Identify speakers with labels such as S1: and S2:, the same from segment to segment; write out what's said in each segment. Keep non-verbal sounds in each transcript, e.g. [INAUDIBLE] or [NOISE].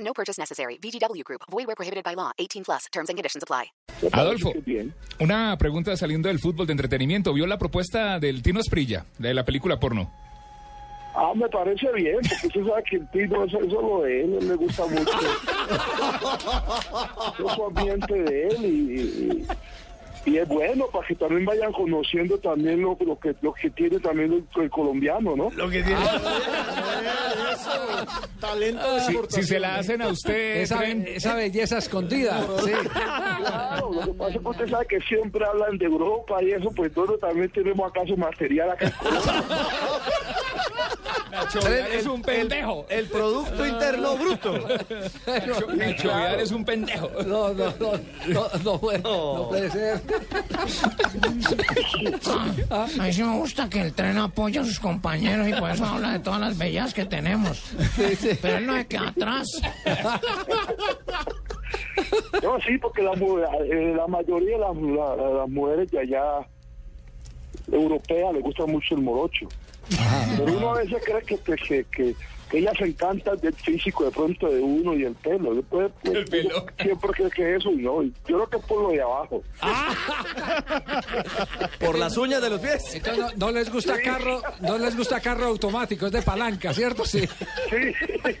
S1: No purchase necessary. VGW Group. Void where prohibited by law. 18 plus. Terms and conditions apply.
S2: Adolfo, una pregunta saliendo del fútbol de entretenimiento. ¿Vio la propuesta del Tino Esprilla, la de la película porno?
S3: Ah, me parece bien, porque usted sabe que el Tino es eso lo de él, él me
S4: [LAUGHS]
S3: gusta mucho. Eso es su ambiente de él y, y- y es bueno para que también vayan conociendo también lo, lo que lo que tiene también el, el colombiano, ¿no?
S4: Lo que tiene. Eso, talento de
S2: Si, si
S4: exportación.
S2: se la hacen a usted,
S5: ¿eh? [LAUGHS] Esa,
S2: tren,
S5: esa belleza escondida. Sí.
S3: Claro, lo que pasa es que usted sabe que siempre hablan de Europa y eso, pues nosotros también tenemos acaso material acá en Colombia.
S2: Nacho Vidal es un pendejo.
S4: El Producto Interno
S2: [LAUGHS]
S4: Bruto.
S2: Nacho- Nacho Vidal es un pendejo.
S5: No, no, no, no, no puede, no puede ser.
S6: A mí sí me gusta que el tren apoya a sus compañeros y por eso habla de todas las bellas que tenemos. Pero él no se queda atrás.
S3: No, sí, porque la, mu- eh, la mayoría de las, la- la- las mujeres de allá europeas le gusta mucho el morocho. Pero uno a veces cree que, que, que, que- que ellas se encantan del físico de pronto de uno y el pelo. Después,
S5: [LAUGHS]
S3: pues,
S2: El pelo.
S3: uno Siempre cree que es eso y no. y Yo creo que es por lo de abajo.
S4: Por las uñas de los pies.
S5: Entonces no, no les gusta carro, no les gusta carro automático, es de palanca, ¿cierto? Sí.
S3: Sí.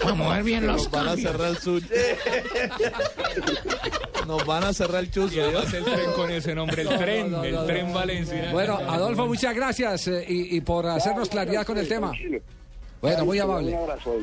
S6: Para mover bien los
S4: Nos van a
S6: cambios.
S4: cerrar el suyo. Nos van a cerrar el chuzo.
S2: Además, el tren con ese nombre, el tren,
S5: no,
S2: el
S5: no,
S2: tren
S5: no.
S2: Valencia.
S5: Bueno, Adolfo, muchas gracias eh, y, y por hacernos claridad con el tema.
S3: Tranquilo.
S5: Bueno, muy
S3: Tranquilo,
S5: amable.
S3: Un abrazo.